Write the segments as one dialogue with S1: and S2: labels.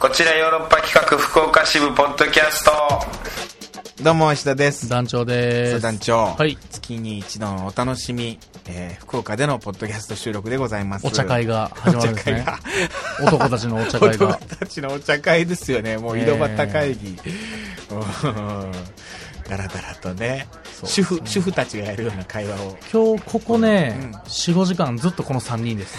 S1: こちらヨーロッパ企画福岡支部ポッドキャスト
S2: どうも石田です
S3: 団長で
S2: 佐
S3: す。
S2: 団長、
S3: はい
S2: 月に一度のお楽しみ、えー福岡でのポッドキャスト収録でございます
S3: お茶会が始まるんですね。男たちのお茶
S2: お
S3: 会
S2: 茶会が
S3: が
S2: 男。たちのお茶会ですよねもう井戸端会議、 うんだらだらとね
S3: う
S2: 主婦主婦たちがやるような会話 を
S3: 今日ここね、4、5時間ずっとこの3人です。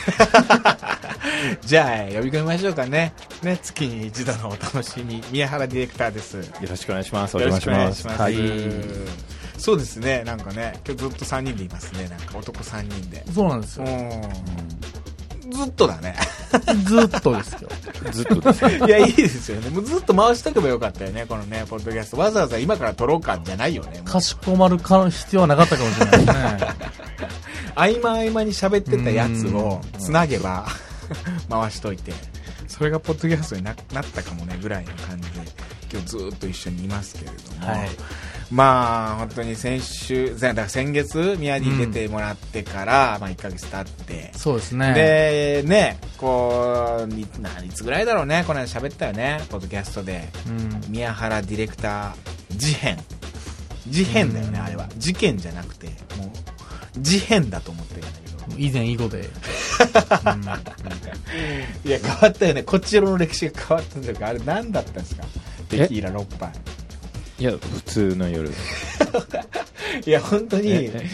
S2: じゃあ呼び込みましょうかねね月に一度のお楽しみ宮原ディレクターです
S4: よろしくお願いします。
S2: よろしくお願いします。
S4: はい。
S2: そうですね、なんかね、今日ずっと3人でいますね、なんか男3人で。
S3: そうなんですよ。
S2: うん。ずっとだ ね。
S3: ずっとですよ。
S4: ずっとで すね。
S2: いや、いいですよね。もうずっと回しとけばよかったよね、このね、ポッドキャスト。わざわざ今から撮ろうかじゃないよね。もう
S3: かしこまるか必要はなかったかもしれないですね。
S2: 合間合間に喋ってたやつをつなげば、 回しといて。それがポッドキャストにななったかもねぐらいの感じで今日ずっと一緒にいますけれども、
S3: はい
S2: まあ本当に先週前だから先月宮城に出てもらってから、まあ1ヶ月経って
S3: そうですね。
S2: でねこうに何いつぐらいだろうねこの間喋ったよねポッドキャストで
S3: うん。
S2: 宮原ディレクター事変事変だよねあれは事件じゃなくてもう事変だと思ってるんだけ
S3: 以前以後で。
S2: どいや変わったよねこっちの歴史が変わったというかあれ何だったんですかテキーラ6杯
S4: いや、普通の夜。
S2: いや本当に
S4: え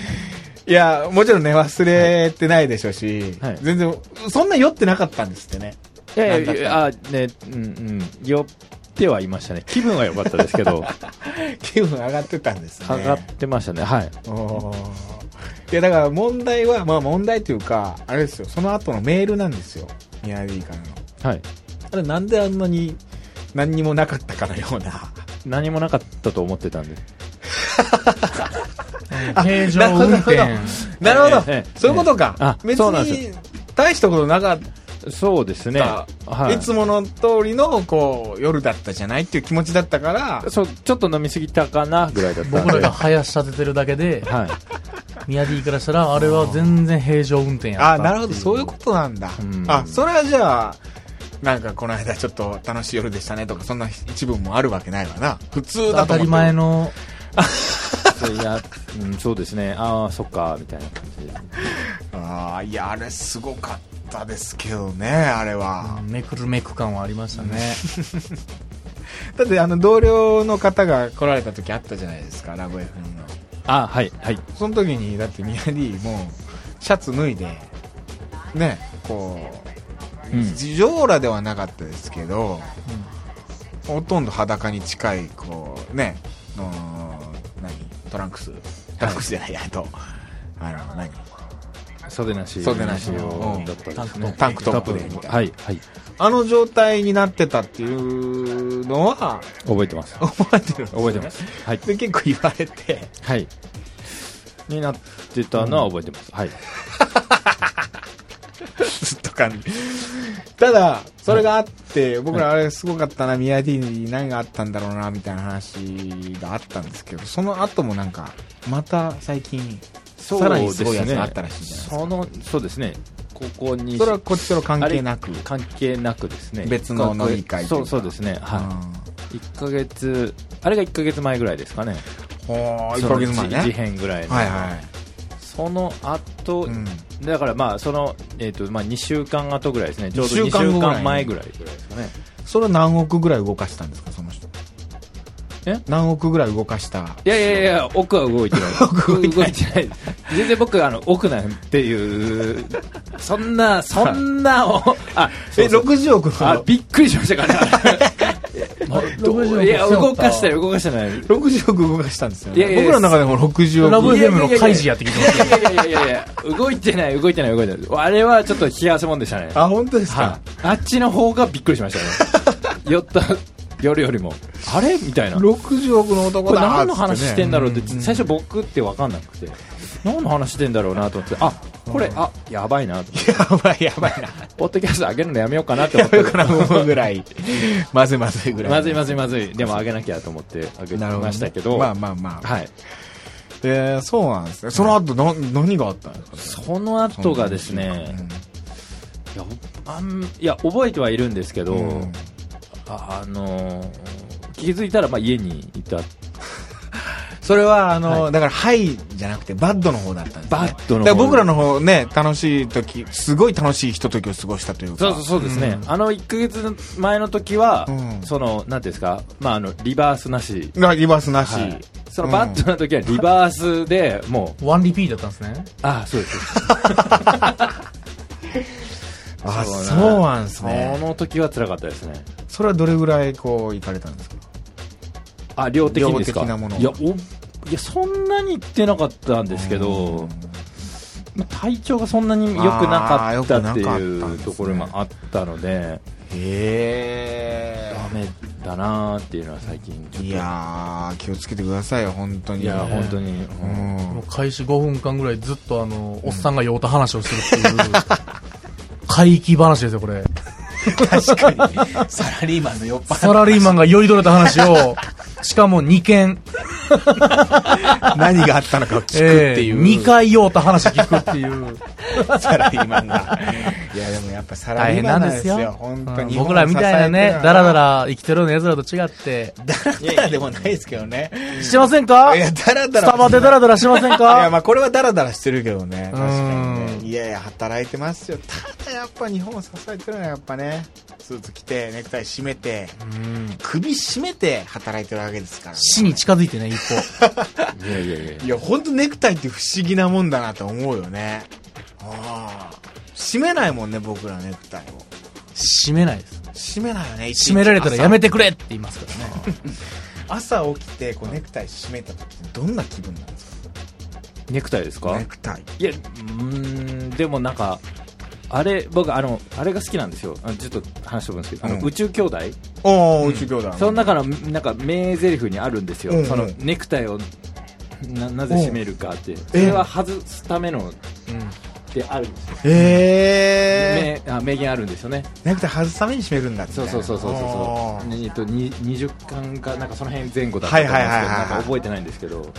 S2: いやもちろんね忘れてないでしょうし、
S4: はい
S2: 全然そんな酔ってなかったんですってね
S4: いやい
S2: な
S4: や
S2: んだ
S4: いや、あ、ね、うんうん。酔ってはいましたね。気分は良かったです けど、
S2: 気分上がってたんですね
S4: 上がってましたね。はい。
S2: おーいやだから問題はまあ問題というかあれですよその後のメールなんですよミヤディからの
S4: はい。
S2: あれなんであんなに何にもなかったかのような
S4: 何もなかったと思ってたんで。
S3: 平常運転。
S2: なるほど、
S4: ええ
S2: そういうことか、
S4: ええあ
S2: 別
S4: そうなんで
S2: に大したことなかっ
S4: そうですね。
S2: た、、
S4: はい
S2: つもの通りのこう夜だったじゃないっていう気持ちだったから
S4: い。そう、ちょっと飲みすぎたかなぐらいだったん
S3: 僕
S4: で。
S3: らが林立ててるだけで、
S4: はい。
S3: ミヤディからしたら、あれは全然平常運転やった
S2: あなるほどそういうことなんだ、
S4: うん
S2: あそれはじゃあなんかこの間ちょっと楽しい夜でしたねとかそんな一文もあるわけないわな普通だと思っ
S3: 当
S2: て
S3: た
S2: る
S3: り前の、
S4: いや、うん、そうですね。ああ、そっか、みたいな感じで。
S2: ああいやあれすごかったですけどねあれは、
S3: めくるめく感はありましたね。
S2: だってあの同僚の方が来られた時あったじゃないですかラブ FM の
S4: あはい、はい。
S2: その時にだってミヤディもうシャツ脱いでねこう、
S4: うん
S2: ジョーラではなかったですけど、ほとんど裸に近いこうねの何トランクストランクスじゃないやえっとあの何
S4: 袖なし。
S2: 袖なしの
S4: だったです
S3: うん
S4: ね。
S2: タンクトップでみたいな
S4: はい、はい。
S2: あの状態になってたっていうのは
S4: 覚えてます。
S2: 覚えてるんですよ
S4: 覚えてます。はい。
S2: で結構言われて
S4: はい。になってたのは覚えてます。はい。
S2: ずっと感じただそれがあって、僕らあれすごかったな、ミヤディに何があったんだろうなみたいな話があったんですけどその後もなんかまた最近さらにすごいやつがあったらしいじゃないですか
S4: その、そうですね。ここに、
S2: それはこっちとの関係なく
S4: 関係なくですね。
S2: 別の飲み会と
S4: そ
S2: いう
S4: う、
S2: か
S4: そうですね。は
S2: うん
S4: い。1ヶ月、あれが1ヶ月前ぐらいですかね。
S2: ほー1ヶ月前ね
S4: 事変ぐらいの。
S2: はいはい
S4: その後、
S2: うん
S4: だからまあ、その、えっ、と、まあ、2週間後ぐらいですね。ちょうど
S2: 二
S4: 2
S2: 週間後
S4: 週
S2: ぐらい
S4: 間前ぐらいぐらいですかね。
S2: それは何億ぐらい動かしたんですかその人
S4: え
S2: 何億ぐらい動かした
S4: いやいやいや、奥は動いてない。 奥動いてない。全然僕、あの、奥なんて いう、そんな、そんな、おあ、
S2: え
S4: そうそう
S2: 60億
S4: あ
S2: の、
S4: びっくりしましたから。いや、動かした
S3: よ。
S4: よ、動かしたない。い
S2: 60億動かしたんですよ、ね、
S4: いやいや
S2: 僕らの中でも60億
S3: ラブ FM の開示やってきてます
S4: やいやいやいやいや、動いてない、動いてない、動いてない。あれはちょっと冷や汗もんでしたね。
S2: あ本当ですか、
S4: はいあっちの方がびっくりしましたね。酔った夜よりも、あれみたいな。
S2: 60億の男
S4: これ
S2: だ
S4: 何の話してんだろうって、
S2: うん
S4: 最初僕って分かんなくて、何の話してんだろうなと思ってあこれあやばいなと思って
S2: やばいやばい な
S4: ポッドキャスト上げるのやめようかなと思って
S2: よくな思うぐらいまずいまずいぐらい
S4: まずいま
S2: ず
S4: ずいまずいでも上げなきゃと思って上げ
S2: なるほどね
S4: ましたけど
S2: まあまあまあ、
S4: はい、
S2: えーそうなんですねその後な何があったんですか
S4: その後がですねいやあんいや覚えてはいるんですけど、
S2: うん
S4: ああのー気づいたらまあ家にいた
S2: それはあの、だからハイじゃなくてバッドの方だったんです、ね、
S4: バッドの方
S2: だから僕らの方ね楽しい時すごい楽しいひとときを過ごしたというか
S4: そうそうそうですね、あの1か月前の時は、
S2: うん
S4: そのなんていうんですか、まあ、あのリバースなし、
S2: がリバースなし、
S4: はいそのバットの時はリバースで、もう、
S3: ワンリピートだったんですね。
S4: ああ、そうです、
S2: あ
S4: そう
S2: そう
S4: ね
S2: なんです
S4: そ
S2: ね
S4: の時は辛かったですね、
S2: それはどれぐらいこう行かれたんですか
S4: あ量的にです
S2: 量
S4: か
S2: 的なもの
S4: いやおいや、そんなに行ってなかったんですけど、まあ体調がそんなに良くな
S2: あー
S4: か
S2: 良
S4: っ
S2: くな
S4: た
S2: かった
S4: っ
S2: ん
S4: て
S2: ですね
S4: いうところもあったので、
S2: へ
S4: ダメだなーっていうのは最近、ちょっ
S2: えいやー気をつけてくださいよ本当
S4: と、
S2: に
S4: いや、本当に、
S2: う
S4: う
S2: ん
S4: ん
S3: もう開始5分間ぐらいずっとあの、おっさんが酔った話をするっていう、 怪奇話ですよ、これ。
S2: 確かにサラリーマンの酔っ払
S3: サラリーマンが酔いどれた話 を、しかも2件、
S2: 何があったのかを聞くっていう、
S3: 2回酔った話聞くっていう。
S2: サラリーマンがいやでもやっぱサラ
S3: 大
S2: リー
S3: 変
S2: マ
S3: な
S2: ン
S3: ん
S2: なんで
S3: で
S2: すすよ
S3: よ。
S2: 本当
S3: う
S2: に
S3: ん僕らみたいなね、だらだら生きてるような奴らと違って、
S2: いやいやでもないですけどね。
S3: してませんか
S2: いや、だらだ
S3: ス
S2: ら。
S3: タバでだらだらしません
S2: いや、
S3: か
S2: まあこれはダラダラしてるけどね。確かに
S3: うん
S2: ね。いやいや、働いてますよ。ただやっぱ日本を支えてるのはやっぱね、スーツ着て、ネクタイ締めて、
S3: うん
S2: 首締めて働いてるわけですからね。
S3: 死に近づいてね、一歩。
S4: いやいやいや
S2: いや、ほんとネクタイって不思議なもんだなと思うよね。ああ。締めないもんね、僕らネクタイを。
S3: 締めないです。
S2: 締めないよね、一日
S3: 締められたらやめてくれって言いますからね。
S2: 朝朝起きて、こうネクタイ締めた時ってどんな気分なんです
S4: ネクタイです
S2: か
S4: か
S2: ネクタイ。
S4: いや、うーん、でもなんか、あれ、僕、あの、あれが好きなんですよ。あのちょっと話しておくんですけど、あの
S2: うん
S4: 宇宙兄弟、
S2: おー、うち兄弟。
S4: その中の、なんか、名台詞にあるんですよ。
S2: うんうん
S4: その、ネクタイをな、なぜ締めるかって。それは外すための、ってあるんですよ。
S2: えー。
S4: 名あ名言あるんですよね。
S2: ネクタイ外すために締めるんだって。
S4: そうそうそうそう
S2: お
S4: そう。
S2: ー
S4: ねえっと、に20巻か、なんかその辺前後だった
S2: は
S4: と思うんですけど、
S2: いはいはいは
S4: ないんか覚えてないんですけど、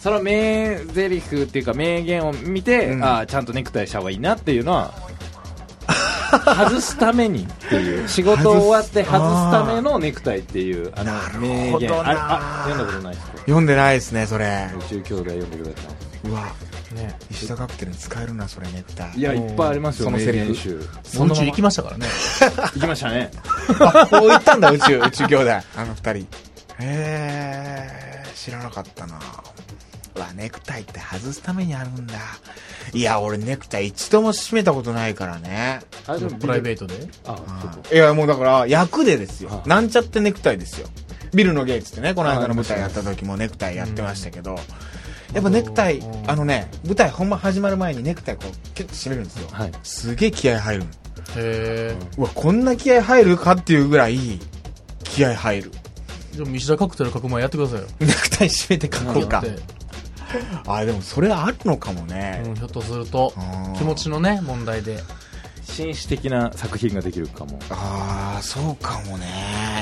S4: その名台詞っていうか名言を見て、
S2: うん
S4: ああ、ちゃんとネクタイした方がいいなっていうのは、外すためにっていう、仕事終わって
S2: 外す
S4: 外すためのネクタイっていう、あ
S2: なるほど
S4: の
S2: な
S4: 名言。あれあ、読んだことないですか
S2: 読んでないですね、それ。
S4: 宇宙兄弟読んでくださ
S2: うわ、
S3: ね
S2: 石田カクテルに使えるな、それネクタイ。
S4: い。いや、いっぱいありますよ、
S2: そのセリフ
S4: 名言集。
S3: そのうち行きましたからね。
S4: 行きましたね。
S2: あ、 こう言ったんだ、宇宙、宇宙兄弟。あの二人。へー、知らなかったな。うわ、ネクタイって外すためにあるんだ。いや、俺ネクタイ一度も締めたことないからね。
S4: あ でも
S3: プライベートで。
S4: あ、そうか
S2: いや、もうだから、役でですよ
S4: は。い
S2: なんちゃってネクタイですよ。ビルのゲイツってね、この間の舞台やった時もネクタイやってましたけど、やっぱネクタイ
S3: う、ん
S2: あのね、舞台本番始まる前にネクタイこう、キュッと締めるんですよ。
S4: はい
S2: すげえ気合入るの。
S3: へ
S2: うわ、こんな気合入るかっていうぐらい、気合入る。
S3: え。じゃあ、西田カクテル書く前やってくださいよ。
S2: ネクタイ締めて書こうか
S3: や。って
S2: あ、でもそれあるのかもね。
S3: うんひょっとすると
S2: あー、
S3: 気持ちのね、問題で。
S4: 紳士的な作品ができるかも。
S2: ああ、そうかもね。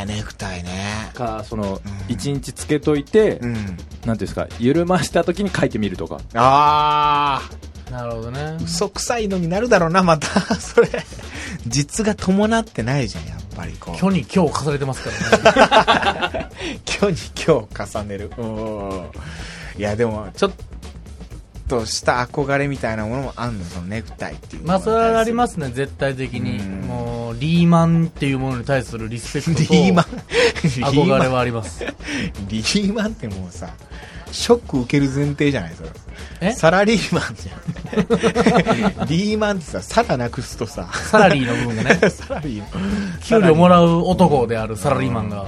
S2: ネクタイね。
S4: かその
S2: うん
S4: 1日つけといて、
S2: う
S4: なん
S2: ん。
S4: ていうんですか緩ました時に書いてみるとか
S2: ああ。
S3: なるほどね。
S2: 嘘くさいのになるだろうな、また。 それ。実が伴ってないじゃん、やっぱりこう。
S3: 今日に今日重ねてます からね。
S2: 今日に今日重ねる。いや、でも、ちょっとした憧れみたいなものもあんの、そのネクタイっていうの。
S3: まあ、それはありますすね、絶対的に
S2: うん。
S3: もう、リーマンっていうものに対するリスペクト と、
S2: リーマン。
S3: 憧れはあります。
S2: リーマンってもうさ、ショック受ける前提じゃないそれ。
S3: え
S2: サラリーマンじゃん。 リーマンってさ、サラなくすとさ、
S3: サラリーの部分が ね。
S2: サラリー
S3: 給料もらう男であるサラリーマンが。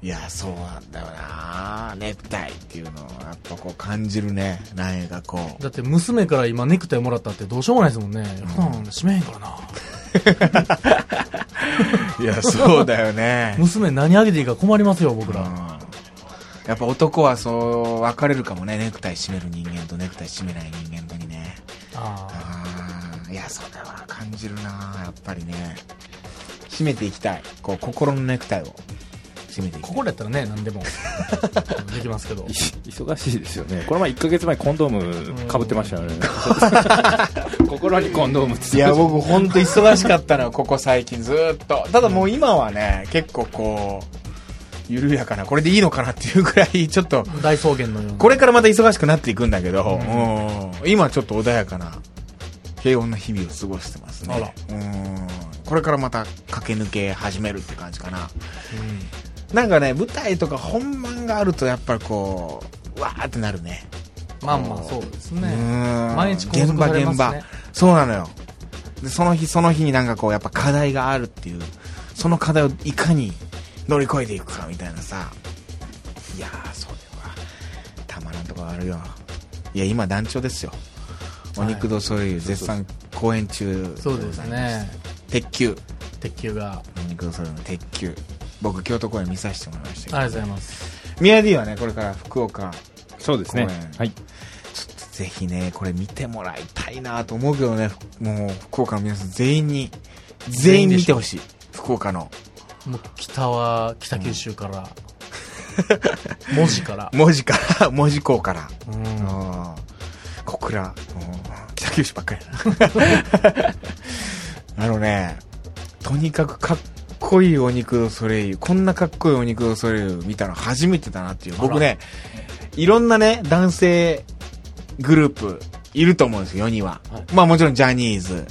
S2: いや、そうなんだよなネクタイっていうのを、やっぱこう感じるね。なんやかこう。
S3: だって娘から今ネクタイもらったってどうしようもないですもんね。普段締めへんからな。
S2: いや、そうだよね
S3: 娘何あげていいか困りますよ、僕
S2: うん
S3: ら。
S2: やっぱ男はそう、分かれるかもね。ネクタイ締める人間とネクタイ締めない人間とにね。
S3: あ
S2: あーいや、それは感じるなやっぱりね。締めていきたい。こう、心のネクタイを。攻めていく
S3: ここだったらね、何でも できますけど。
S4: 忙しいですよね。この前1ヶ月前コンドーム被ってましたよね。 心にコンドームつ
S2: い や僕本当忙しかったのよここ最近ずーっとただもう今はね結構こう緩やかなこれでいいのかなっていうくらいちょっと
S3: 大草原のような。
S2: これからまた忙しくなっていくんだけど、うん今ちょっと穏やかな平穏な日々を過ごしてますね
S3: あら
S2: うんこれからまた駆け抜け始めるって感じかな
S3: うん
S2: なんかね舞台とか本番があるとやっぱりこううわーってなるね
S3: まあまあ、そうです
S2: う
S3: ね。
S2: ん
S3: 毎日拘束されます
S2: 現
S3: ね
S2: 場現場そうなのよでその日その日になんかこうやっぱ課題があるっていうその課題をいかに乗り越えていくかみたいなさいやーそれはたまらんとこあるよいや今団長ですよお肉とそういう絶賛公演中
S3: そうですね。
S2: 鉄球
S3: 鉄球が。
S2: お肉とそういうの鉄球僕京都公演見させてもらいましたけど
S3: ありがとうございます。
S2: ミヤディはねこれから福岡
S4: そうですね
S2: ごめん。
S4: はい。
S2: ちょっとぜひね、これ見てもらいたいなと思うけどね、もう福岡の皆さん全員に、全員見てほしい。福岡の
S3: もう北は、北九州から、文字から、
S2: 文字から、文字港から、
S3: うん
S2: うん小倉、うん北九州ばっかりだな。 あのね、とにかくかっこいいお肉ドソレイユ、こんなかっこいいお肉ドソレイユ見たの初めてだなっていう。僕ね、いろんなね、男性グループいると思うんですよ、世には。まあもちろんジャニーズ。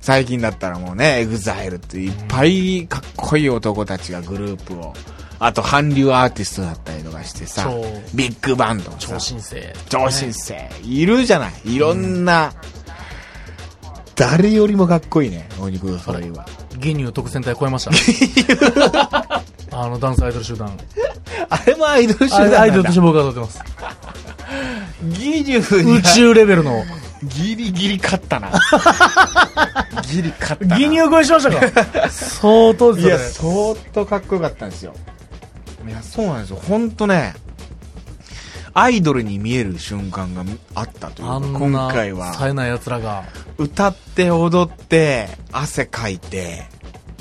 S2: 最近だったらもうね、エグザイルっていっぱいかっこいい男たちがグループを。あと、韓流アーティストだったりとかしてさ
S3: 超、
S2: ビッグバンドのさ
S3: 超新星。
S2: 超新星、いるじゃないいろんな、誰よりもかっこいいねお肉の揃いは
S3: ギニュー特選隊超えま した。あの、ダンスアイドル集団。
S2: あれもアイドル集
S3: あ
S2: 団
S3: れアイド
S2: なん
S3: ルとして
S2: だ
S3: 僕が撮ってます。
S2: ギリュフに
S3: 宇宙レベルの。
S2: ギリギリ勝った なギリ勝ったな
S3: ギニュー超えしましたか相当です
S2: い
S3: よ
S2: や
S3: ね。
S2: 相当かっこよかったんですよいやそうなんですよ本当ねアイドルに見える瞬間があったという
S3: あ
S2: か
S3: ん
S2: 今
S3: な、
S2: 回は
S3: 冴えない奴らが。
S2: 歌って踊って汗かいて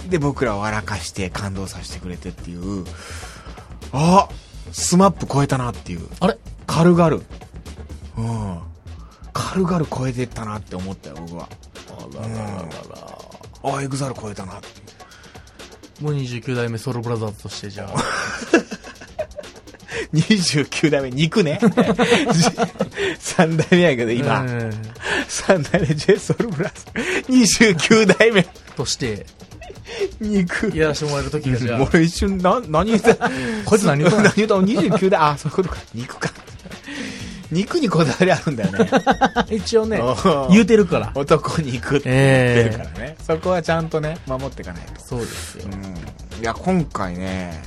S2: で僕らを笑かして感動させてくれてっていうあスマップ超えたなっていう
S3: あれ
S2: 軽々うん軽々超えてったなって思ったよ僕はああエグザル超えたなって
S3: もう29代目ソウルブラザーズとして、じゃあ。
S2: 29代目肉ね3代目やけど今
S3: ええ
S2: 3代目ジェイソルブラス29代目
S3: として、
S2: 肉
S3: やらしてもらえる時が、 じゃあ。
S2: 俺一瞬な何言 ってた
S3: こいつ何言
S2: 言
S3: っ
S2: って
S3: た
S2: た何言った29代あそういうことか肉か肉にこだわりあるんだよ ね
S3: 一応ね
S2: おー
S3: 言うてるから。
S2: 男肉って 言ってるからね、そこはちゃんとね守っていかないと
S3: そうですよ。
S2: うんいや今回ね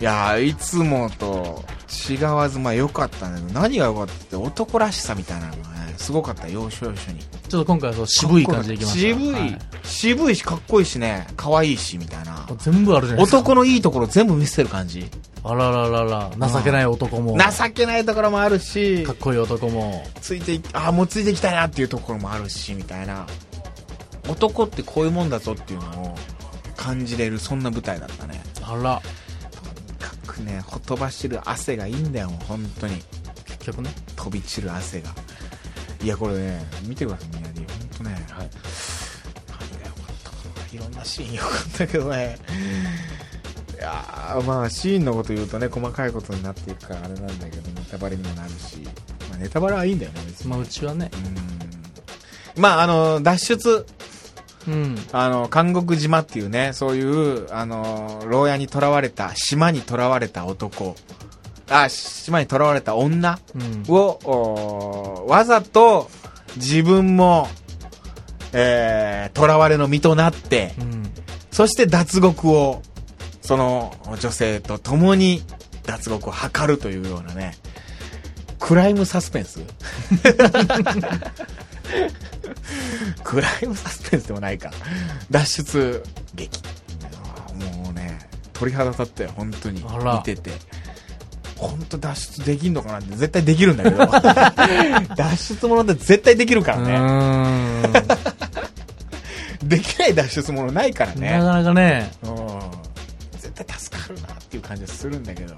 S2: いやいつもと違わずまあ良かったんだけど何が良かったって男らしさみたいなのがねすごかった要所要所に
S3: ちょっと今回はそう渋い感じでいきました。
S2: 渋い、
S3: はい
S2: 渋いしかっこいいしね可愛いしみたいな
S3: もう全部あるじゃないですか。
S2: 男のいいところ全部見せてる感じ
S3: あらららら、情けない男も。
S2: 情けないところもあるし
S3: かっこいい男も。
S2: ついていああもうついていきたいなっていうところもあるしみたいな男ってこういうもんだぞっていうのを感じれるそんな舞台だったね
S3: あら、
S2: とにかくねほとばしる汗がいいんだよもう本当に
S3: 結局ね。
S2: 飛び散る汗がいやこれね見てくださいみんなで本当ね、
S4: は
S2: 何が良か
S4: い
S2: ったかないろんなシーン良かったけどねいやーまあシーンのこと言うとね細かいことになっていくからあれなんだけどネタバレにもなるし、まあ、ネタバレはいいんだよね別に
S3: まあうちはね。
S2: うんまあ、あの、脱出、
S3: うん。
S2: あの、監獄島っていうね、そういう、あの、牢屋に囚われた、島に囚われた男、あ、島に囚われた女
S3: うん。
S2: を、おーわざと自分も、えー、囚われの身となって、
S3: うん。
S2: そして脱獄を、その女性と共に脱獄を図るというようなね、クライムサスペンス クライムサスペンスでもないか。脱出劇。あーもうね、鳥肌立ったよ、本当に。
S3: あら
S2: 見てて。本当脱出できんのかなって絶対できるんだけど 脱出ものって絶対できるか
S3: う
S2: らね
S3: ーん。 な
S2: できない脱出ものないからね
S3: かなかね、
S2: うん絶って助かるなっていう感じはするんだけど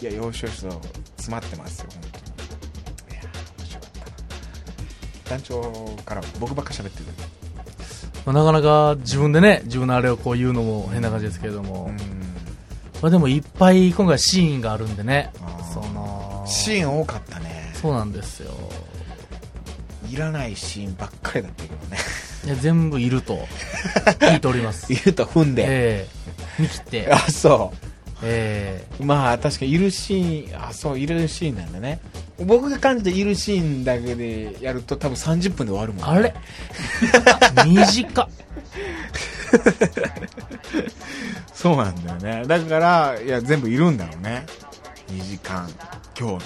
S2: いや要所要所詰まってますよ本当にいやー面白かったな団長からは僕ばっか喋ってる
S3: まあ、なかなか自分でね自分のあれをこう言うのも変な感じですけれども、まあ、でもいっぱい今回シーンがあるんでね
S2: あー
S3: その
S2: シーン多かったね
S3: そうなんですよ
S2: いらないシーンばっかりだったけど ね
S3: いや全部い ると聞いております
S2: いると踏んで、
S3: ええ見切って
S2: あそう
S3: え
S2: まあ確かにいるシーンあそういるシーンなんだね僕が感じているシーンだけでやると多分30分で終わるもん、
S3: えあれ短っ
S2: そうなんだよねだからいや全部いるんだろうね2時間今日の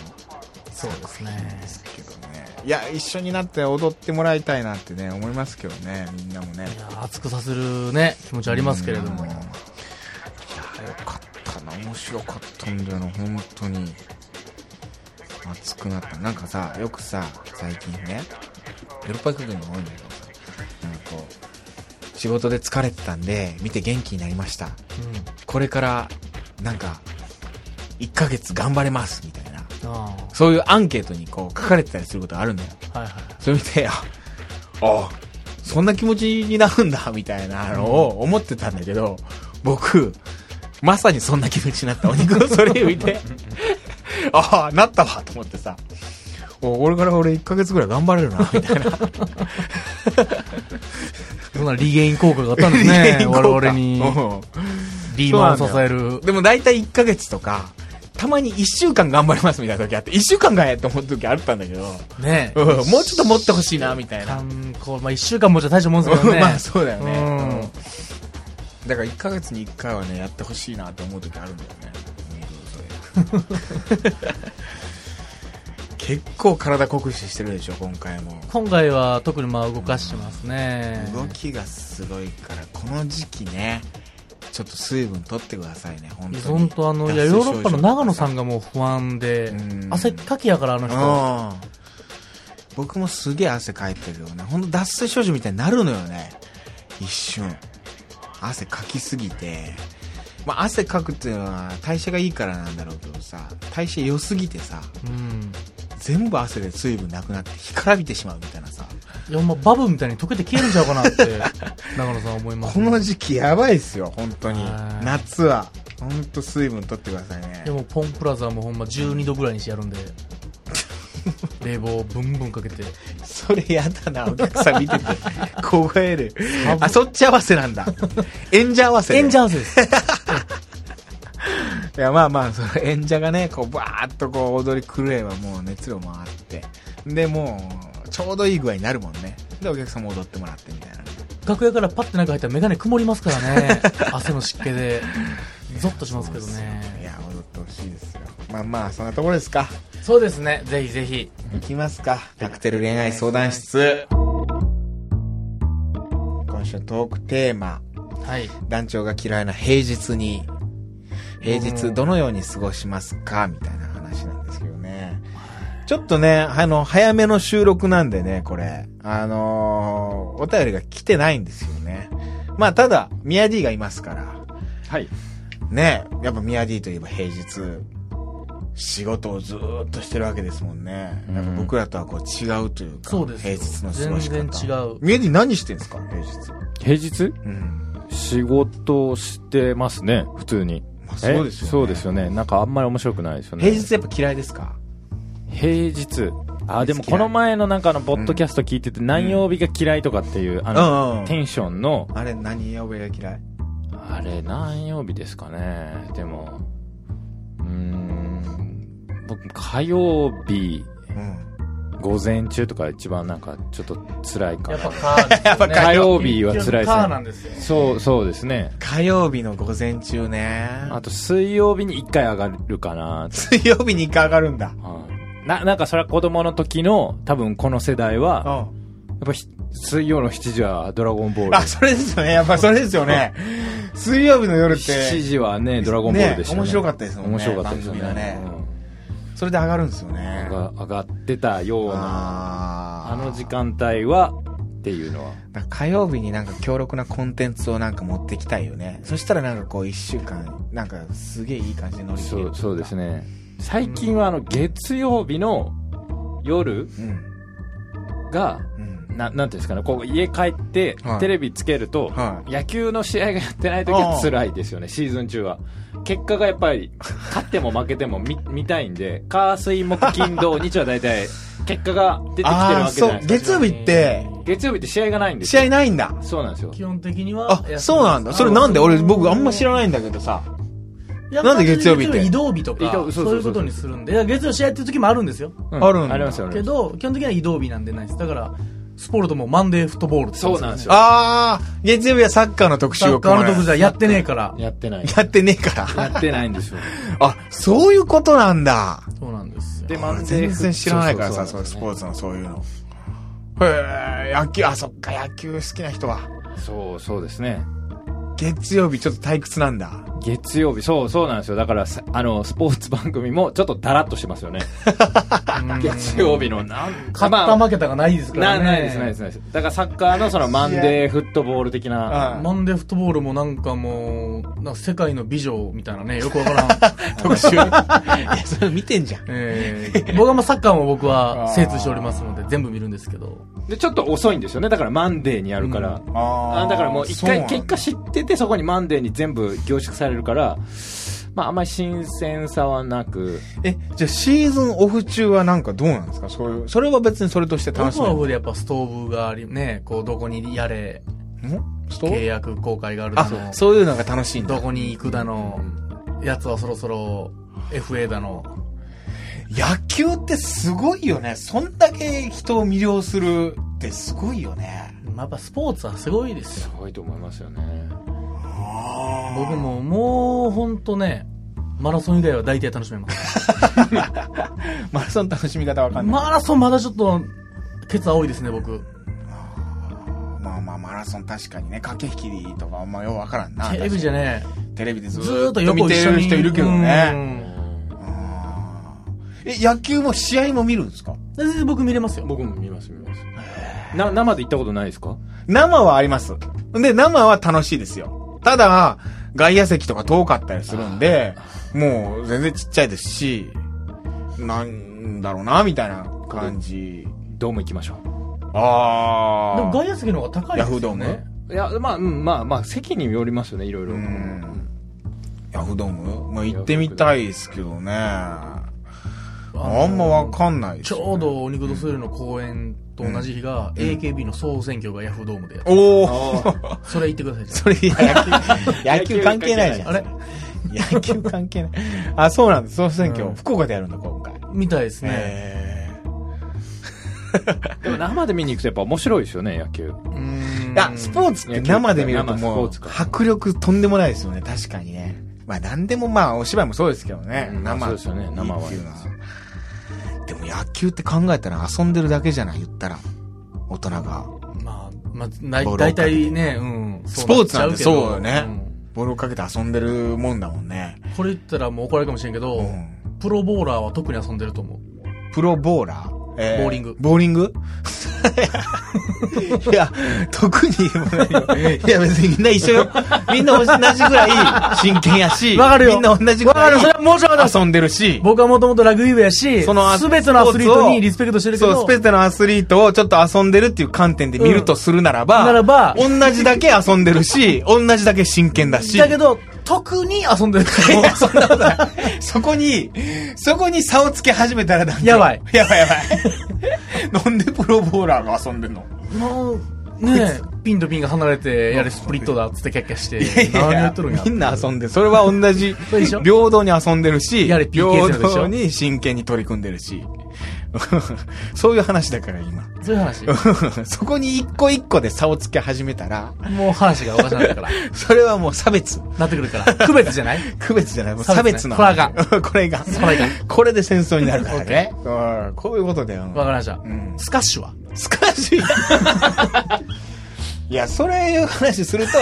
S3: そうですね
S2: ですけどねいや一緒になって踊ってもらいたいなってね思いますけどねみんなもね
S3: いや熱くさせるね気持ちありますけれども
S2: うんいやよかったな面白かったんだよな本当に熱くなったなんかさよくさ最近ねヨーロッパ行くのが多いんだけどさなんかこう仕事で疲れてたんで見て元気になりましたこれからなんか1ヶ月頑張れますみたいな
S3: うんあ
S2: そういうアンケートにこう書かれてたりすることあるんだよ
S3: あはいはい
S2: それ見て、あ、あ、そんな気持ちになるんだ、みたいなのを思ってたんだけど、僕、まさにそんな気持ちになった。お肉のそれを見 て、ああ、なったわ、と思ってさ、お俺から俺1ヶ月ぐらい頑張れるな、みたいな。
S3: そんなリゲイン効果が あったんですね我々に
S2: うん
S3: リーマンを支える
S2: でも大体1ヶ月とか、たまに1週間頑張りますみたいな時あって、1週間かえと思う時あったんだけど、
S3: ね
S2: うんもうちょっと持ってほしいな、みたいな。
S3: 観光まあ1週間もじゃ大したもんですけど ね
S2: まあそうだよね、
S3: うん
S2: だから1ヶ月に1回はねやってほしいなと思う時あるんだよね本当それ結構体酷使してるでしょ今回も
S3: 今回は特にまあ動かしてますね
S2: 動きがすごいからこの時期ねちょっと水分取ってくださいね本当に
S3: 本当あのいやヨーロッパの長野さ
S2: が
S3: んがもう不安で
S2: うん
S3: 汗っかきやからあの人
S2: 僕もすげえ汗かいてるよね本当脱水症状みたいになるのよね一瞬汗かきすぎて、まあ、汗かくっていうのは代謝がいいからなんだろうけどさ代謝良すぎてさ
S3: うん
S2: 全部汗で水分なくなって干からびてしまうみたいなさ
S3: いやほんまバブみたいに溶けて消えるんちゃうかなって 長野さんは思います
S2: こ
S3: ね
S2: の時期やばいですよ本当に
S3: はい
S2: 夏は本当水分取ってくださいね
S3: でもポンプラザもほんま12度ぐらいにしてやる んで冷房ブンブンかけて
S2: それやだなお客さん 見てて凍えるあそっち合わせなん だ演者合わせね
S3: 演者汗です
S2: いやまあまあその演者がねこうバーッとこう踊り狂えばもう熱量もあってでもうちょうどいい具合になるもんねでお客さんも踊ってもらってみたいなね
S3: 楽屋からパッて中入ったら眼鏡曇りますから ね汗の湿気でゾッとしますけど
S2: い
S3: ね
S2: や踊ってほしいですよまあまあそんなところですか
S3: そうですねぜひぜひ
S2: いきますかカクテル恋愛相談室今週のトークテーマ
S3: はい
S2: 団長が嫌いな平日に、平日どのように過ごしますかみたいな話なんですけどね。ちょっとね、あの、早めの収録なんでね、これ。あのーお便りが来てないんですよね。まあ、ただ、ミヤディがいますから。
S4: はい
S2: ね、やっぱミヤディといえば平日、仕事をずーっとしてるわけですもんね。なんか僕らとはこう違うというか、
S3: そうです
S2: 平日の過ごし方。
S3: 全然違う
S2: ミヤディ何してんですか平日。
S4: 平日
S2: うん。
S4: 仕事してますね普通に
S2: まあそうですよね
S4: えそうですよねなんかあんまり面白くないですよね
S2: 平日やっぱ嫌いですか
S4: 平日あでもこの前のなんかあのポッドキャスト聞いてて何曜日が嫌いとかっていうあ
S2: うんうんう
S4: の
S2: ん
S4: テンションの
S2: あれ何曜日が嫌い
S4: あれ何曜日ですかねでもうーん僕火曜日
S2: うん。
S4: 午前中とか一番なんかちょっと辛いか
S3: やっ
S4: な
S3: ぱカ ー、やっぱ
S4: 火曜日は辛いですね
S3: カーなんですよ
S4: そうそうですね
S2: 火曜日の午前中ね。
S4: あと水曜日に一回上がるかな
S2: 水曜日に一回上がるんだ。
S4: うんな、なんかそれは子供の時の、多分この世代
S2: う
S4: は、
S2: ん。
S4: やっぱひ水曜の7時はドラゴンボール。
S2: あ、それですよね。やっぱそれですよね。水曜日の夜って。
S4: 7時はね、ドラゴンボールでしたね。
S2: ね面白かったですもんね
S4: 面白かったですよね。
S2: 番組がね
S4: うん
S2: それで上がるんですよね。
S4: が上がってたような、
S2: あ
S4: あ
S2: ー
S4: の時間帯は、っていうのは。
S2: だから火曜日になんか強力なコンテンツをなんか持ってきたいよね。そしたらなんかこう一週間、なんかすげえいい感じで乗り切
S4: そ
S2: れる。
S4: う、そうですね。最近はあの、月曜日の夜
S2: うん。
S4: が、
S2: うん。
S4: ななんていうんですかね、こう家帰って
S2: はい、
S4: テレビつけると、
S2: はい
S4: 野球の試合がやってない時は辛いですよね、シーズン中は。結果がやっぱり、勝っても負けても見 見たいんで、火、水、木、金、土、日は大体、結果が出てきてる
S2: あ
S4: わ
S2: あ、
S4: けじゃ
S2: そ
S4: な
S2: う
S4: い、ですか。
S2: 月曜日って、
S4: 月曜日って試合がないんです
S2: 試
S4: よ。
S2: 合ないんだ。
S4: そうなんですよ。
S3: 基本的には
S2: あ、そうなんだ。それなんで俺、僕あんま知らないんだけどさ。
S3: ら
S2: なんで月曜日って
S3: 移動日と
S4: 移
S3: か
S4: 動そうそうそうそう
S3: そういうことにするんでいや月曜試合っていう時もあるんですよ
S4: う
S2: あるんだ
S4: ありますよね
S3: け。ど基本的には移動日なんでないですだからスポルトもマンデーフットボールって
S4: そうなんですよ
S2: ああ、月曜日はサッカーの特集
S3: サッ
S2: を
S3: カーの特
S2: 集。
S3: 技はやってねえから
S4: やってない。
S2: やってねえから。
S4: やってないんですよ。
S2: あ、そういうことなんだ。
S3: そうなんですよ
S4: で、マンデー
S2: 全然知らないからさ、
S4: そ
S2: そううい
S4: なんで
S2: う
S4: す
S2: ス
S4: よ
S2: ポ
S4: ね
S2: ーツのそういうの。へえ、野球、あ、そっか、野球好きな人は。
S4: そう、そうですね。
S2: 月曜日ちょっと退屈なんだ。
S4: 月曜日、そう、そうなんですよ。だから、さあの、スポーツ番組もちょっとダラッとしてますよね。
S3: うん
S4: 月曜日のなんか、
S3: 勝
S4: ま
S3: った
S4: あ、
S3: 負けたがないですから
S4: な
S3: ね
S4: ないです、ないです、ないです。だからサッカーのそのマンデーフットボール的な、
S2: あ
S3: マンデーフットボールもなんかもうなんか世界の美女みたいなねよくわからん 特 集
S2: あ、それ見てんじゃん。
S3: えー僕はまあサッカーも僕は精通しておりますので全部見るんですけど
S4: で、ちょっと遅いんですよね。だからマンデーにやるから。
S2: あ
S4: あだからもう一回
S2: そう
S4: 結
S2: なんだ
S4: 果知ってて、そこにマンデーに全部凝縮されるから、まあ、あんまり新鮮さはなく、
S2: え、じゃあシーズンオフ中はなんかどうなんですかそういう、それは別にそれとして楽し
S3: 僕は
S2: み。
S3: 僕でやっぱストーブがありねこうどこにやれ
S2: んスト
S3: 契約公開があるだ
S2: あ、
S3: の
S2: そういうのが楽しいん
S3: ど
S2: だ。
S3: こに行くだのやつはそろそろ FA だの
S2: 野球ってすごいよね。そんだけ人を魅了するってすごいよね。
S3: やっぱスポーツはすごいです
S4: す
S3: よ
S4: ごいと思いますよね。
S3: 僕ももう本当ねマラソン以外は大体楽しめます
S2: マラソン楽しみ方わかんない。
S3: マラソンまだちょっとケツ青いですね僕
S2: まあまあ、マラソン確かにね、駆け引きとかあんまようわからんな。
S3: テレビじゃね
S2: テレビでず
S3: ずー
S2: ー
S3: っ
S2: っ
S3: と
S2: と見
S3: 横一
S2: て
S3: 緒
S2: る
S3: に
S2: 人いるけどね。
S3: うん
S2: え、野球も試合も見るんですか
S3: 全然僕見れますよ
S4: 僕も見ます、見ます。な、生で行ったことないですか
S2: 生はあります。で、生は楽しいですよ。ただ、外野席とか遠かったりするんで、もう全然ちっちゃいですし、なんだろうな、みたいな感じ。
S4: ドーム行きましょ
S2: あー。
S3: でも外野席の方が高いで
S2: ヤ
S3: すよね
S2: フードーム
S4: う。いや、まあ、うん、まあ、まあ、席によりますよね、いろいろ。
S2: うんヤフードームまあ行ってみたいですけどね。あ
S3: あの
S2: んまわかんないです
S3: ち
S2: よね
S3: ょうどお肉とスールの公演と同じ日が、AKB の総選挙がヤフードームでやる。
S2: おお
S3: それ言ってくださいじゃ
S2: それ、野 球、野球関係ないじゃん。
S3: あれ
S2: 野球関係ない。あ、そうなんです。総選挙、
S3: うん
S2: 福岡でやるんだ、今回。
S3: あ。みたいですね。
S2: え
S4: でも生で見に行くとやっぱ面白いですよね、野球。
S3: うーん
S2: ー、あ、スポーツって生で見るとも
S4: 生
S2: う
S4: スポーツ、か
S2: 迫力とんでもないですよね、確かにね。まあ、なんでもまあ、お芝居もそうですけどね。
S4: うんまあ
S2: 生。
S4: そうですよね生はい
S2: いっていうのでも野球って考えたら遊んでるだけじゃない、言ったら。大人が。
S3: まあ、まあ、だい
S2: ボールを
S3: 大体ね、うん。
S2: スポーツなんてそうよ
S3: なっちゃ
S2: ね
S3: うけどうん。
S2: ボールをかけて遊んでるもんだもんね。
S3: これ言ったらもう怒られるかもしれんけど、
S2: うん
S3: プロボーラーは特に遊んでると思う。
S2: プロボーラー、え
S3: ボーリング
S2: ボーリング いや、特にもないよ。いや、別にみんな一緒よ。みんな同じぐらい真剣やし。
S3: わかるよ
S2: みんな同じぐらい
S3: わかるそれはもちろんわかる
S2: 遊んでるし。
S3: 僕はもともとラグビー部やし、
S2: その
S3: すべてのアスリートにリスペクトしてるけど、
S2: そう、スペースのアスリートをちょっと遊んでるっていう観点で見るとするならば、
S3: うんならば
S2: 同じだけ遊んでるし、同じだけ真剣だし。
S3: だけど、特に遊んでると 思う。
S2: そんなことない。そこに、そこに差をつけ始めたらダメだ
S3: やばい。
S2: やばいやばい。 なんでプロボーラーが遊んでんの
S3: もう、ねピンとピンが離れて、やれスプリットだっつってキャッキャして、何やっとるんや。
S2: みんな遊んでる。それは同じ
S3: そうでしょ、
S2: 平等に遊んでるし、
S3: やれ PK
S2: 平
S3: 戦でしょ
S2: 等に真剣に取り組んでるし。 そういう話だから今。
S3: そういう話。
S2: そこに一個一個で差をつけ始めたら、
S3: もう話がおかしなったから。
S2: それはもう差別。
S3: なってくるから。区 別じゃない
S2: 区別じゃない、もう
S3: 差
S2: 差
S3: 別
S2: 別の
S3: ねこれ
S2: 話。
S3: が
S2: これが。
S3: それが
S2: これで戦争になるからね。 うんこういうことだよ。
S3: わかりました。
S2: ん
S3: スカッシュは
S2: スカッシュ いや、それいう話すると、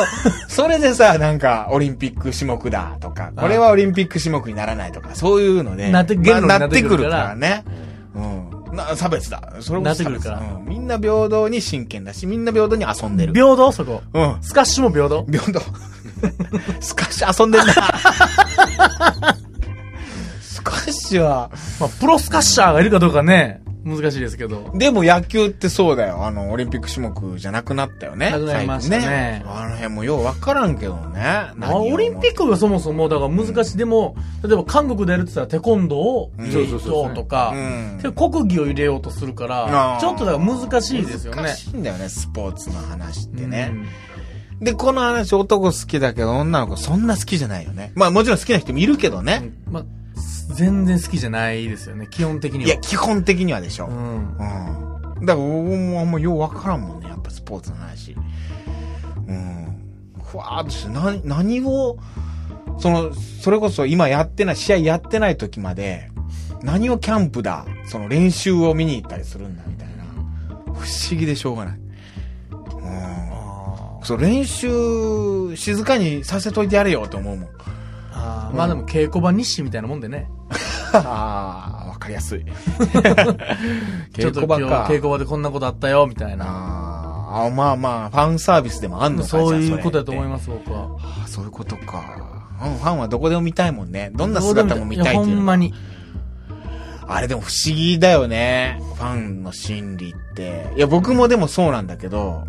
S2: それでさ、なんか、オリンピック種目だとか、これはオリンピック種目にならないとか、そういうので、
S3: なって言論に
S2: まあ
S3: な
S2: な
S3: っ
S2: ってて
S3: く
S2: く
S3: る
S2: る
S3: か
S2: かららね。うん。な差別だ。それこそ差別
S3: なってくるか
S2: うんみんな平等に真剣だし、みんな平等に遊んでる。
S3: 平等そこ。
S2: うん。
S3: スカッシュも平等
S2: 平等。 スカッシュ遊んで んな。スカッシュは、
S3: まあ、プロスカッシャーがいるかどうかね、難しいですけど。
S2: でも野球ってそうだよ。あの、オリンピック種目じゃなくなったよね。
S3: なくなりました
S2: 最
S3: ね
S2: 近あの辺もようわからんけどね。
S3: まあ、オリンピッ
S2: ク
S3: クがそもそも、だから難しい。でも、例えば韓国でやるって言ったらテコンドーを入れようとか
S2: うんうん、
S3: で国技を入れようとするか
S2: あ
S3: ら
S2: ー、
S3: ちょっとだから難しいですよ
S2: 難
S3: ね。
S2: しいんだよね、スポーツの話って
S3: う
S2: ね
S3: ん。
S2: で、この話男好きだけど女の子そんな好きじゃないよね。まあもちろん好きな人もいるけどね。
S3: まあ、全然好きじゃないですよね、基本的に
S2: いや、
S3: は。
S2: 基本的にはでしょ。
S3: うん。
S2: うん。だから、僕もあんまようわからんもんね、やっぱスポーツの話。うん。ふわーっとして、な、何を、その、それこそ今やってない、試合やってない時まで、何をキャンプだ、その練習を見に行ったりするんだ、みたいな。不思議でしょうがない。うん。
S3: あー
S2: そう、練習、静かにさせといてやれよ、と思う もん。
S3: あーまあでも稽古場日誌みたいなもんでね。
S2: ああ、わかりや すい。
S3: ちょっと今日稽古場でこんなことあったよ、みたいな。
S2: あーあ、まあまあ、ファンサービスでもあんのか
S3: そういうことだと思い
S2: す。
S3: ます、僕は。
S2: ああそういうことか。うんファンはどこでも見たいもんね。どんな姿も見たい
S3: や
S2: っ
S3: ほ
S2: てい
S3: ん
S2: う。
S3: まに。
S2: あれでも不思議だよね。ファンの心理って。いや、僕もでもそうなんだけど、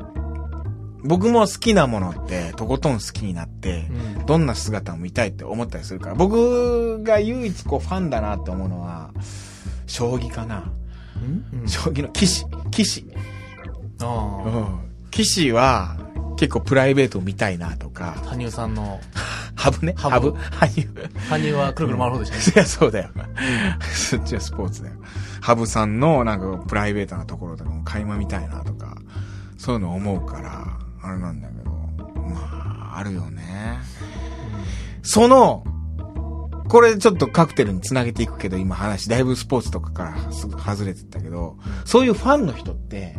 S2: 僕も好きなものって、とことん好きになって、
S3: うん
S2: どんな姿を見たいって思ったりするから。僕が唯一こうファンだなって思うのは、将棋かな。
S3: うん
S2: 将棋の棋士。棋士。
S3: あ
S2: う
S3: ー
S2: ん。棋士は、結構プライベートを見たいなとか、
S3: 羽生さんの、
S2: ハブね。ハ
S3: ハ
S2: ブ。
S3: ブ
S2: 羽生。
S3: 羽生はくるくる回る方でした
S2: そりゃ
S3: ね。
S2: そうだよ。そっちはスポーツだよ。ハブさんのなんかプライベートなところとかも垣間見たいなとか、そういうの思うから、あれなんだけど、まあ、あるよね。その、これちょっとカクテルにつなげていくけど、今話、だいぶスポーツとかからす外れてったけど、そういうファンの人って、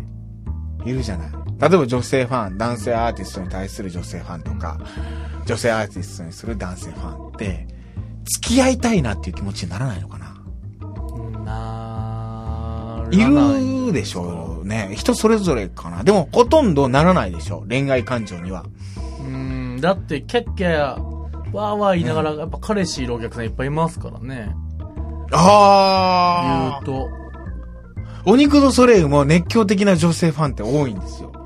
S2: いるじゃない。例えば女性ファン、男性アーティストに対する女性ファンとか、女性アーティストにする男性ファンって、付き合いたいなっていう気持ちにならないのかな
S3: なー
S2: い
S3: らない
S2: るでしょうね。人それぞれかな。でも、ほとんどならないでしょう。恋愛感情には。
S3: うん、だって、キャッキャや、わーわー言いながら、やっぱ彼氏いるお客さんいっぱいいますからね。言
S2: あ
S3: うと。
S2: ーお肉のソレイユも熱狂的な女性ファンって多いんですよ。
S4: あ、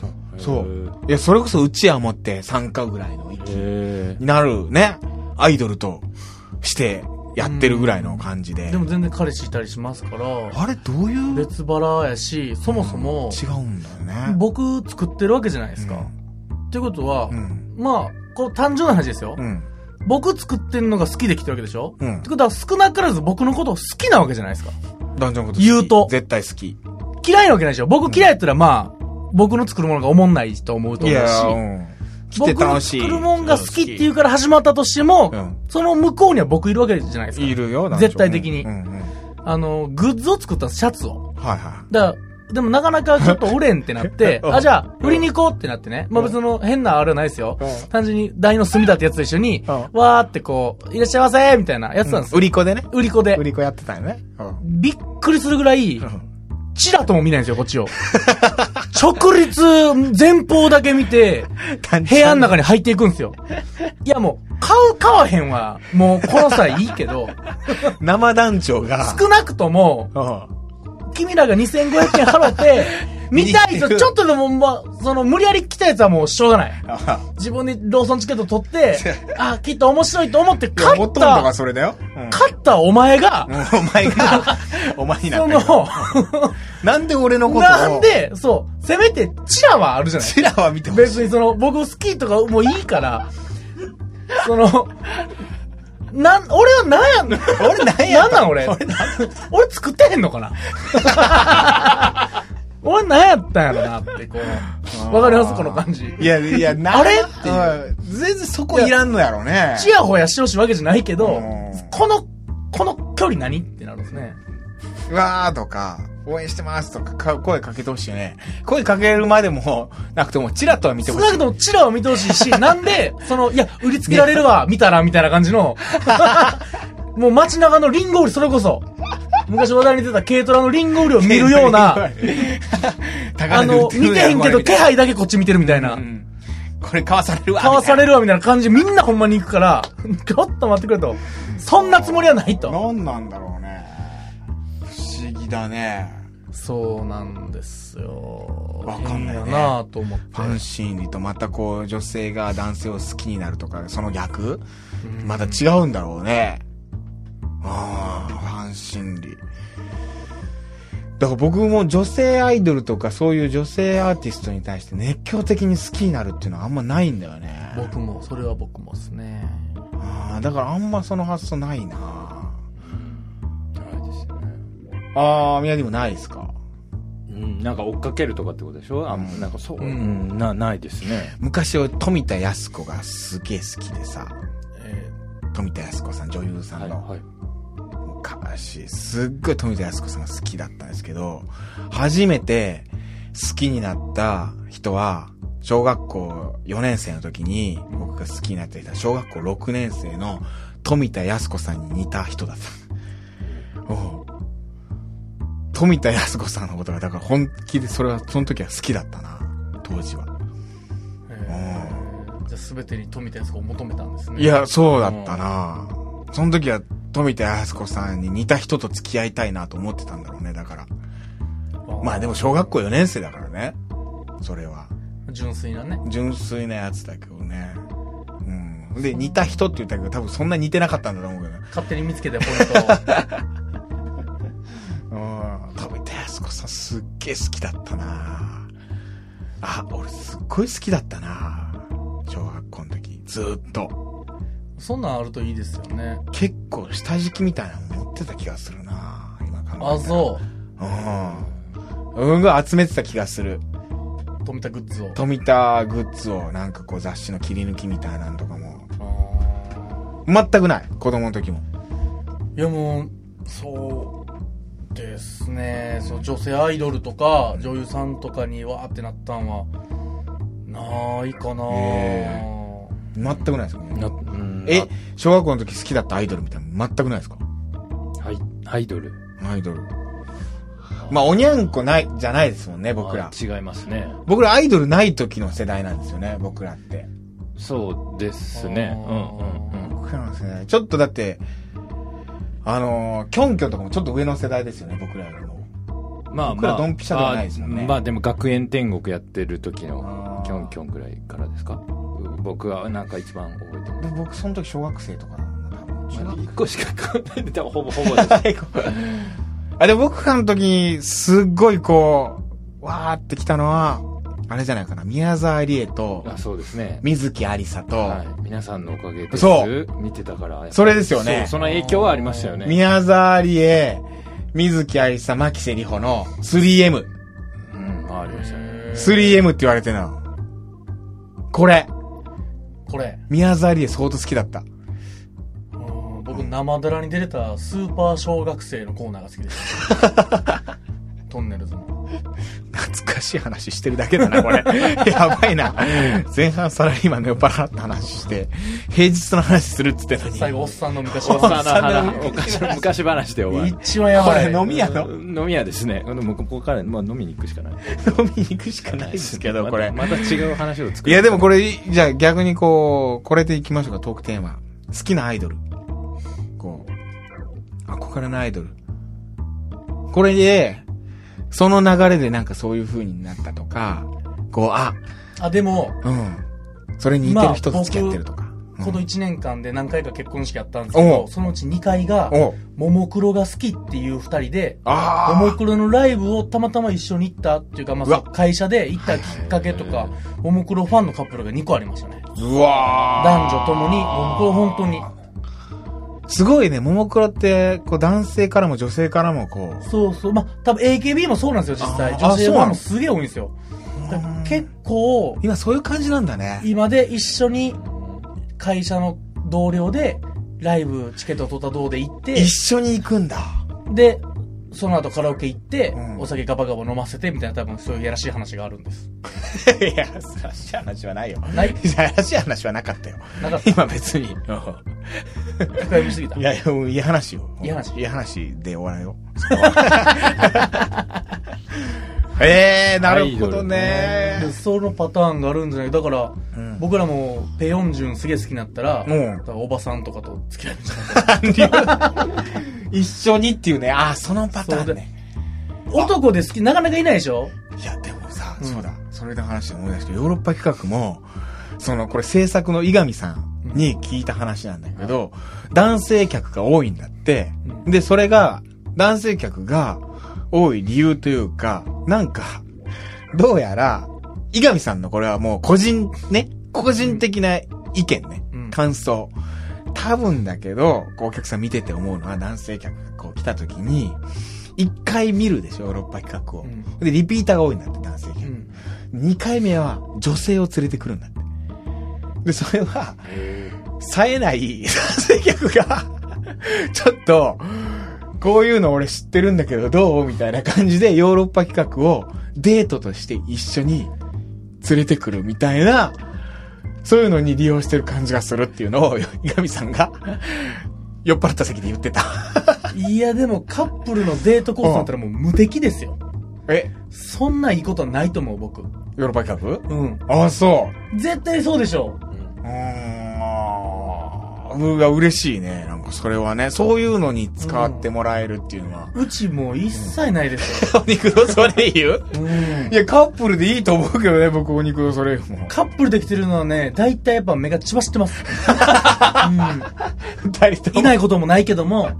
S4: そう。
S2: そう。いや、それこそうちわ持って参加ぐらいの
S4: へ
S2: 勢い
S4: え。
S2: になるね。アイドルとしてやってるぐらいの感じで。
S3: でも全然彼氏いたりしますから、
S2: あれどういう
S3: 別腹やし、そもそも、
S2: 違うんだよね。
S3: 僕作ってるわけじゃないですか。ってことは、
S2: うん。
S3: まあ、こう単純な話ですよ。
S2: うん。
S3: 僕作ってるのが好きで来てるわけでしょ、
S2: うん
S3: ってことは少なからず僕のことを好きなわけじゃないですか。
S2: ダンジョンこと
S3: 言うと
S2: 絶対好き。
S3: 嫌いなわけないでしょ僕嫌いやったらまあ、僕の作るものがおもんないと思うと
S2: い
S3: 思うし。
S2: や、うん。来て
S3: 僕の
S2: 楽しい。
S3: 作るもんが好きっていうから始まったとしても、
S2: うん
S3: その向こうには僕いるわけじゃないですか。
S2: いるよ、男女
S3: 絶対的に
S2: うんうんうん
S3: あの、グッズを作ったシャツを。
S2: はいは
S3: だから、でもなかなかちょっと売れんってなって、
S2: うん
S3: あ、じゃあ、売りに行こうってなってね。まあ別の変なあれはないですよ
S2: うん。
S3: 単純に、大の隅田ってやつと一緒に、
S2: うん
S3: わーってこう、いらっしゃいませみたいなやつなんで
S2: い。
S3: す
S2: 売
S3: よ。
S2: り子でね。
S3: 売り子で
S2: 売。り子やってたよね。うん
S3: びっくりするぐらい、チラとも見ないんですよ、こっちを。直立、前方だけ見て、部屋の中に入っていくんですよ。いやもう、買う買わへんは、もうこの際いいけど、
S2: 生団長が。
S3: 少なくとも、
S2: うん
S3: 君らが2500円 払って、見たい人、ちょっとでも、まあ、その、無理やり来たやつはもうしょうがない。自分でローソンチケット取 って、あ、きっと面白いと思っ
S2: い
S3: て、
S2: や
S3: 買
S2: ほと
S3: っ
S2: んどが
S3: た、
S2: それだよ。 うん
S3: 買ったお前が、
S2: うんお前が、 お前にな
S3: そ
S2: ったけど。
S3: の、
S2: なんで俺のことを。
S3: なんで、そう、せめて、チラはあるじゃない
S2: ちらは見てほしい。
S3: 別にその、僕好きとかもういいから、その、なん、俺はなんや、俺なんや、なんなん俺。 俺作ってへんのかな 俺なんやったんやろなって、こう。わかりますこの感じ。
S2: いや、いや、な
S3: あれ
S2: っていう。全然そこいらんのやろね。
S3: ちやほやしてほしいわけじゃないけど
S2: うん、
S3: この、この距離何ってなるんですね。
S2: うわーとか、応援してますとかか、声かけてほしいよね。声かけるまでもなくても、ちらっとは見て
S3: 少
S2: ほ
S3: な
S2: しい
S3: く。ともチラを見てほしいし、なんで、その、いや、売りつけられるわ、見たら、みたいな感じの、もう街中のリンゴ売り、それこそ、昔話題に出た軽トラのリンゴ売りを見るよう な、あの、見てへんけど手配だけこっち見てるみたいな。
S2: これ買わされるわ。
S3: 買わさ
S2: る。
S3: れるわみたいな感じ、みんなほんまに行く から、ちょっと待ってくれと。そんなつもりはないと。
S2: なんなんだろうね。不思議だね。
S3: そうなんですよ。
S2: わかんないね
S3: 変だなぁと思って。
S2: ファンシーにとまたこう、女性が男性を好きになるとか、その逆また違うんだろうね。ああ、ファン心理。だから僕も女性アイドルとかそういう女性アーティストに対して熱狂的に好きになるっていうのはあんまないんだよね。
S3: 僕も、それは僕もですね。
S2: ああ、だからあんまその発想ないな。
S4: ないですね
S2: ああ、宮でもないですか。
S4: うん、なんか追っかけるとかってことでしょあなんかそう、
S3: う
S4: うんん、な、ないですね。
S2: 昔は富田靖子がすげえ好きでさ、
S3: え
S2: 富田靖子さん、女優さんの。
S4: はい。
S2: 昔、すっごい富田靖子さんが好きだったんですけど、初めて好きになった人は、小学校4年生の時に僕が好きになっていた小学校6年生の富田靖子さんに似た人だった。おう富田靖子さんのことが、だから本気でそれは、その時は好きだったな、当時は。
S3: えじゃあ全てに富田康子を求めたんですね。
S2: いや、そうだったなその時は富田靖子さんに似た人と付き合いたいなと思ってたんだろうね、だから。まあでも小学校4年生だからね。それは。
S3: 純粋なね。
S2: 純粋なやつだけどね。うん。で、似た人って言ったけど、多分そんな似てなかったんだと思うけど。
S3: 勝手に見つけたポイン トを。
S2: うん。多分、やすこさんすっげえ好きだったなあ、俺すっごい好きだったな小学校の時。ずーっと。
S3: そんなんあるといいですよね。
S2: 結構下敷きみたいなの持ってた気がするな今考えたら。。
S3: あ、そう
S2: うん。うんごい集めてた気がする。
S3: う。富田グッズを。
S2: 富田グッズをなんかこう雑誌の切り抜きみたいなのとかも
S3: あ
S2: 全くない。子供の時も。
S3: ーいやもう、そうですね。そう女性アイドルとか、女優さんとかにわーってなったんは、ないかな、
S2: へ全くないですよ
S4: な
S2: ね。
S4: うん
S2: え、小学校の時好きだったアイドルみたいなの全くないですか
S4: あはい、アイドル。
S2: アイドル。まあ、おにゃんこない、じゃないですもんね、僕ら
S4: あ。違いますね。
S2: 僕らアイドルない時の世代なんですよね、僕らって。
S4: そうですね。
S3: あ
S4: う
S3: ー
S4: んうんうん。
S2: 僕らの世代。ちょっとだって、あのー、キョンキョンとかもちょっと上の世代ですよね、僕らよりも。
S4: まあ
S2: 僕ら
S4: まあ
S2: ドンピシャではないですもんね
S4: あまあでも学園天国やってる時の
S2: あー
S4: キョンキョンぐらいからですか。う僕はなんか一番覚えて
S2: で
S4: ま
S2: 僕、その時小学生とかだもんな、多分。
S4: す。
S2: 中
S4: まあ、
S2: 学
S4: 1個しか変わ らないんで、多分ほぼほぼです。
S2: あ、でも僕らの時に、すっごいこう、わーってきたのは、あれじゃないかな、宮沢りえと、
S4: あそうですね。
S2: 水木ありさと、
S4: はい。皆さんのおかげです。
S2: そう
S4: 見てたから。
S2: それですよね
S4: そうその影響はありましたよね。
S2: 宮沢りえ、水木ありさ、牧瀬里穂の 3M。
S4: うん、まあありましたね。
S2: 3M って言われてるの。これ、
S3: これ、
S2: 宮沢りえ相当好きだった。
S3: うん僕生ドラに出れたスーパー小学生のコーナーが好きでした。トンネルズの。
S2: 懐かしい話してるだけだな、こ れ。やばいな。前半サラリーマンの酔っ払った話して、平日の話するっつってんのに。
S3: 最後、おっさんの昔
S4: おっさんの
S3: 話。
S4: 話、おかし昔話で終わる。
S3: 一番や
S2: こ
S3: ばい。
S2: れ飲み屋の
S4: 飲み屋ですね。でもここから、まあ、飲みに行くしかない。
S2: 飲みに行くしかないですけど、これ。
S4: またまた違う話を作
S2: い
S4: る。
S2: や、でもこれ、じゃあ逆にこう、これでいきましょうか、トークテーマ。好きなアイドル。こう、憧れのアイドル。これで、その流れでなんかそういう風になったとか、こう、あ、
S3: あ、でも、
S2: うん。それに似てる人と付き合ってるとか。
S3: この
S2: うん
S3: 1年間で何回か結婚式やったんですけど、
S2: おう
S3: そのうち2回が、
S2: お
S3: ももクロが好きっていう2人で、もも
S2: あ
S3: クロのライブをたまたま一緒に行ったっていうか、まあ、
S2: うわ
S3: その会社で行ったきっかけとか、ももクロファンのカップルが2個ありましたね。
S2: あうわ
S3: 男女ともに、ももクロ本当に。
S2: すごいね、ももクロって、こう男性からも女性からもこう、
S3: そうそう。まあ、多分 AKB もそうなんですよ、実際。
S2: あー
S3: 女性
S2: そうな
S3: ファン
S2: の
S3: もすげえ多いんですよ。だから結構、
S2: 今そういう感じなんだね。
S3: 今で一緒に会社の同僚で、ライブチケット取ったどうで行って、
S2: 一緒に行くんだ。
S3: で、その後カラオケ行って、
S2: うん
S3: お酒ガバガバ飲ませて、みたいな多分そういうやらしい話があるんです。
S2: いや、らしい話はないよ。
S3: ない
S2: いやらしい話はなかったよ。
S3: なかった
S2: 今別に。
S3: 深読みすぎた。
S2: いや、いやもういい話よ。
S3: いい話
S2: いい話で終わ るよ。ええー、なるほどね
S3: で。そのパターンがあるんじゃないだから、
S2: ん
S3: 僕らもペヨンジュンすげえ好きになったら、
S2: うん
S3: だからおばさんとかと付き合うんじゃな い
S2: 一緒にっていうね、あ、そのパタ
S3: そ
S2: ー
S3: う
S2: ンね。
S3: 男で好き、なかなかいないでしょ
S2: いや、でもさ、
S3: うん
S2: そうだ、それの話で思い出して、ヨーロッパ企画も、その、これ制作の伊上さんに聞いた話なんだけど、男性客が多いんだって、
S3: う
S2: で、それが、男性客が多い理由というか、なんか、どうやら、伊上さんのこれはもう個人、ね、個人的な意見ね、
S3: うん
S2: 感想。多分だけど、こうお客さん見てて思うのは男性客がこう来た時に、一回見るでしょ、ヨーロッパ企画を。
S3: うん
S2: で、リピーターが多いんだって、男性
S3: う
S2: 客。
S3: ん。
S2: 二、回目は女性を連れてくるんだって。で、それは、冴えない 男性客が、ちょっと、こういうの俺知ってるんだけどどうみたいな感じでヨーロッパ企画をデートとして一緒に連れてくるみたいな、そういうのに利用してる感じがするっていうのを、 井上さんが、酔っ払った席で言ってた。
S3: いや、でもカップルのデートコースだったらもう無敵ですよ。
S2: え、
S3: そんないいことはないと思う、僕。
S2: ヨーロッパ企
S3: うん。
S2: 画あ、そ
S3: 絶対そうでしょ。
S2: う。うーん、あーうわ、嬉しいね。なんかそれはね、そういうのに使ってもらえるっていう のは。
S3: うちもう一切ないですよ。
S2: お肉のソレイユ
S3: うん
S2: い。や、カップルでいいと思うけどね、僕、お肉のソレイユも。
S3: カップルできてるのはね、大体やっぱ目が血走ってます。
S2: 二人
S3: うん。
S2: と
S3: い
S2: も
S3: ないこともないけども、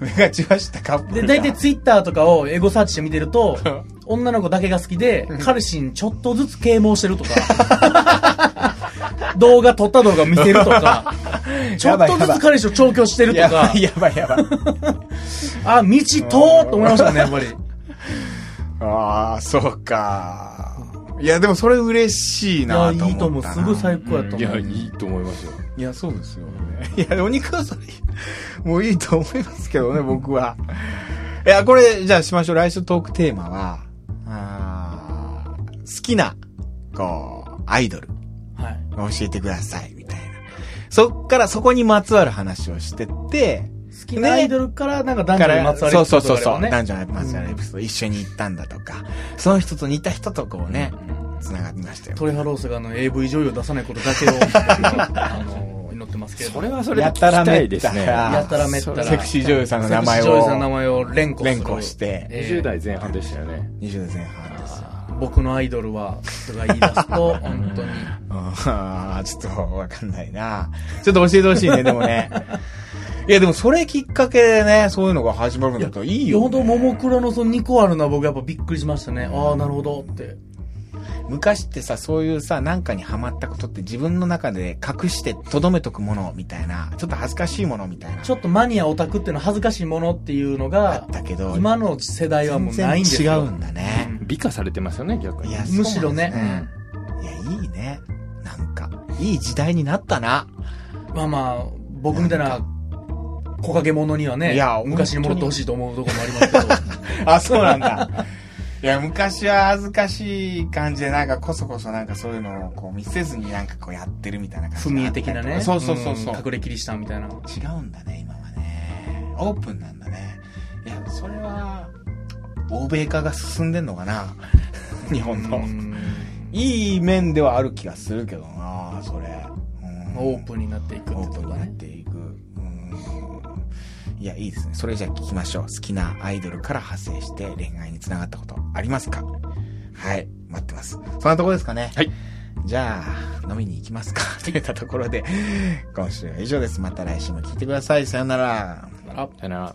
S2: 目が血走したカップ
S3: で、
S2: ル。
S3: 大体ツイッターとかをエゴサーチして見て ると
S2: うん、
S3: 女の子だけが好きで、彼氏にちょっとずつ啓蒙してるとか、 動画、撮った動画見せるとか、ちょ
S2: や
S3: っ
S2: ばい
S3: とずつ彼氏を調教してると
S2: やば
S3: か
S2: い、やばいや ばい。
S3: あ、道通ーと思いましたね、やっぱり。
S2: ああ、そうか。いや、でもそれ嬉しい
S3: い
S2: なと思
S3: や、
S2: ったな。
S3: いいと思う。すごい最高やと思
S4: いや
S3: う。
S4: いいと思いますよ
S2: いや、そうですよね。 いや、お肉はそれ、もういいと思いますけどね、 僕は。いや、これ、じゃあしましょう。来週トークテーマは、あー好きな、こう、アイドル、
S3: はい。
S2: 教えてください、みたいな。そっから、そこにまつわる話をしてって、
S3: 好きなアイドルから、なんか男
S2: か
S3: 女
S2: ら
S3: にまつわる
S2: そうそう
S3: こと
S2: そう
S3: が
S2: そう、
S3: あればね
S2: 男女にまつわるエピソード、一緒に行ったんだとか、その人と似た人とこうね、繋がってましたよ。
S3: トレハロースがあの AV 女優を出さないことだけを、 あの、祈ってますけれども。
S4: それはそれで聞きたいです
S2: や
S4: ね
S2: たらめったら
S3: やたらめったら。
S2: セクシー女優さんの名前を
S3: セクシー女優さんの名前を連呼する
S2: 連呼して
S3: えー
S4: 20代前半でしたよね
S2: 20代前半です。
S3: 僕のアイドルは、とか言い出す と、本当に。
S2: ああ、ちょっとわかん ないな。ちょっと教えてほしいね、でも ね。いや、でもそれきっかけでね、そういうのが始まるんだったらいいよ、ね。
S3: ほどももクロのその2個あるのは僕やっぱびっくりしましたね。ああ、なるほどって。
S2: 昔ってさ、そういうさ、なんかにハマったことって自分の中で隠して留めとくものみたいな、ちょっと恥ずかしいものみたいな。
S3: ちょっとマニアオタクっていうのは恥ずかしいものっていうの
S2: あ
S3: が
S2: っ、たけど、
S3: 今の世代はもうないんです
S2: 全
S3: よ。
S2: 然違うんだね。
S4: 美化されてますよね逆に
S2: いや
S3: むしろね
S2: そうなんですねいや、いいね。なんか、いい時代になったな。
S3: まあまあ、僕みたいな、木陰者にはね、
S2: いや
S3: 昔に戻ってほしいと思うところもありますけど。
S2: あ、 そうなんだ。いや、昔は恥ずかしい感じで、なんかこそこそなんかそういうのをこう見せずになんかこうやってるみたいな感じ
S3: 不
S2: があ
S3: 明
S2: ったり
S3: 的
S2: とか
S3: なね。
S2: そうそうそうそう。
S3: ん隠れキリシタンみたいな。
S2: 違うんだね、今はね。オープンなんだね。いや、それは、欧米化が進んでんのか な日本の。いい面ではある気がするけどな、それ。うん
S3: オープンになっていくっ
S2: オ
S3: て
S2: ープ
S3: と
S2: ン
S3: こ
S2: に
S3: が
S2: なっ
S3: ね。
S2: ていく。うんいや、いいですね。それじゃあ聞きましょう。好きなアイドルから派生して恋愛につながったことありますかはい。待ってます。そんなとこですかね。
S4: はい。
S2: じゃあ、飲みに行きますか。といったところで、今週は以上です。また来週も聞いてください。さよなら。
S4: ああの
S5: uh,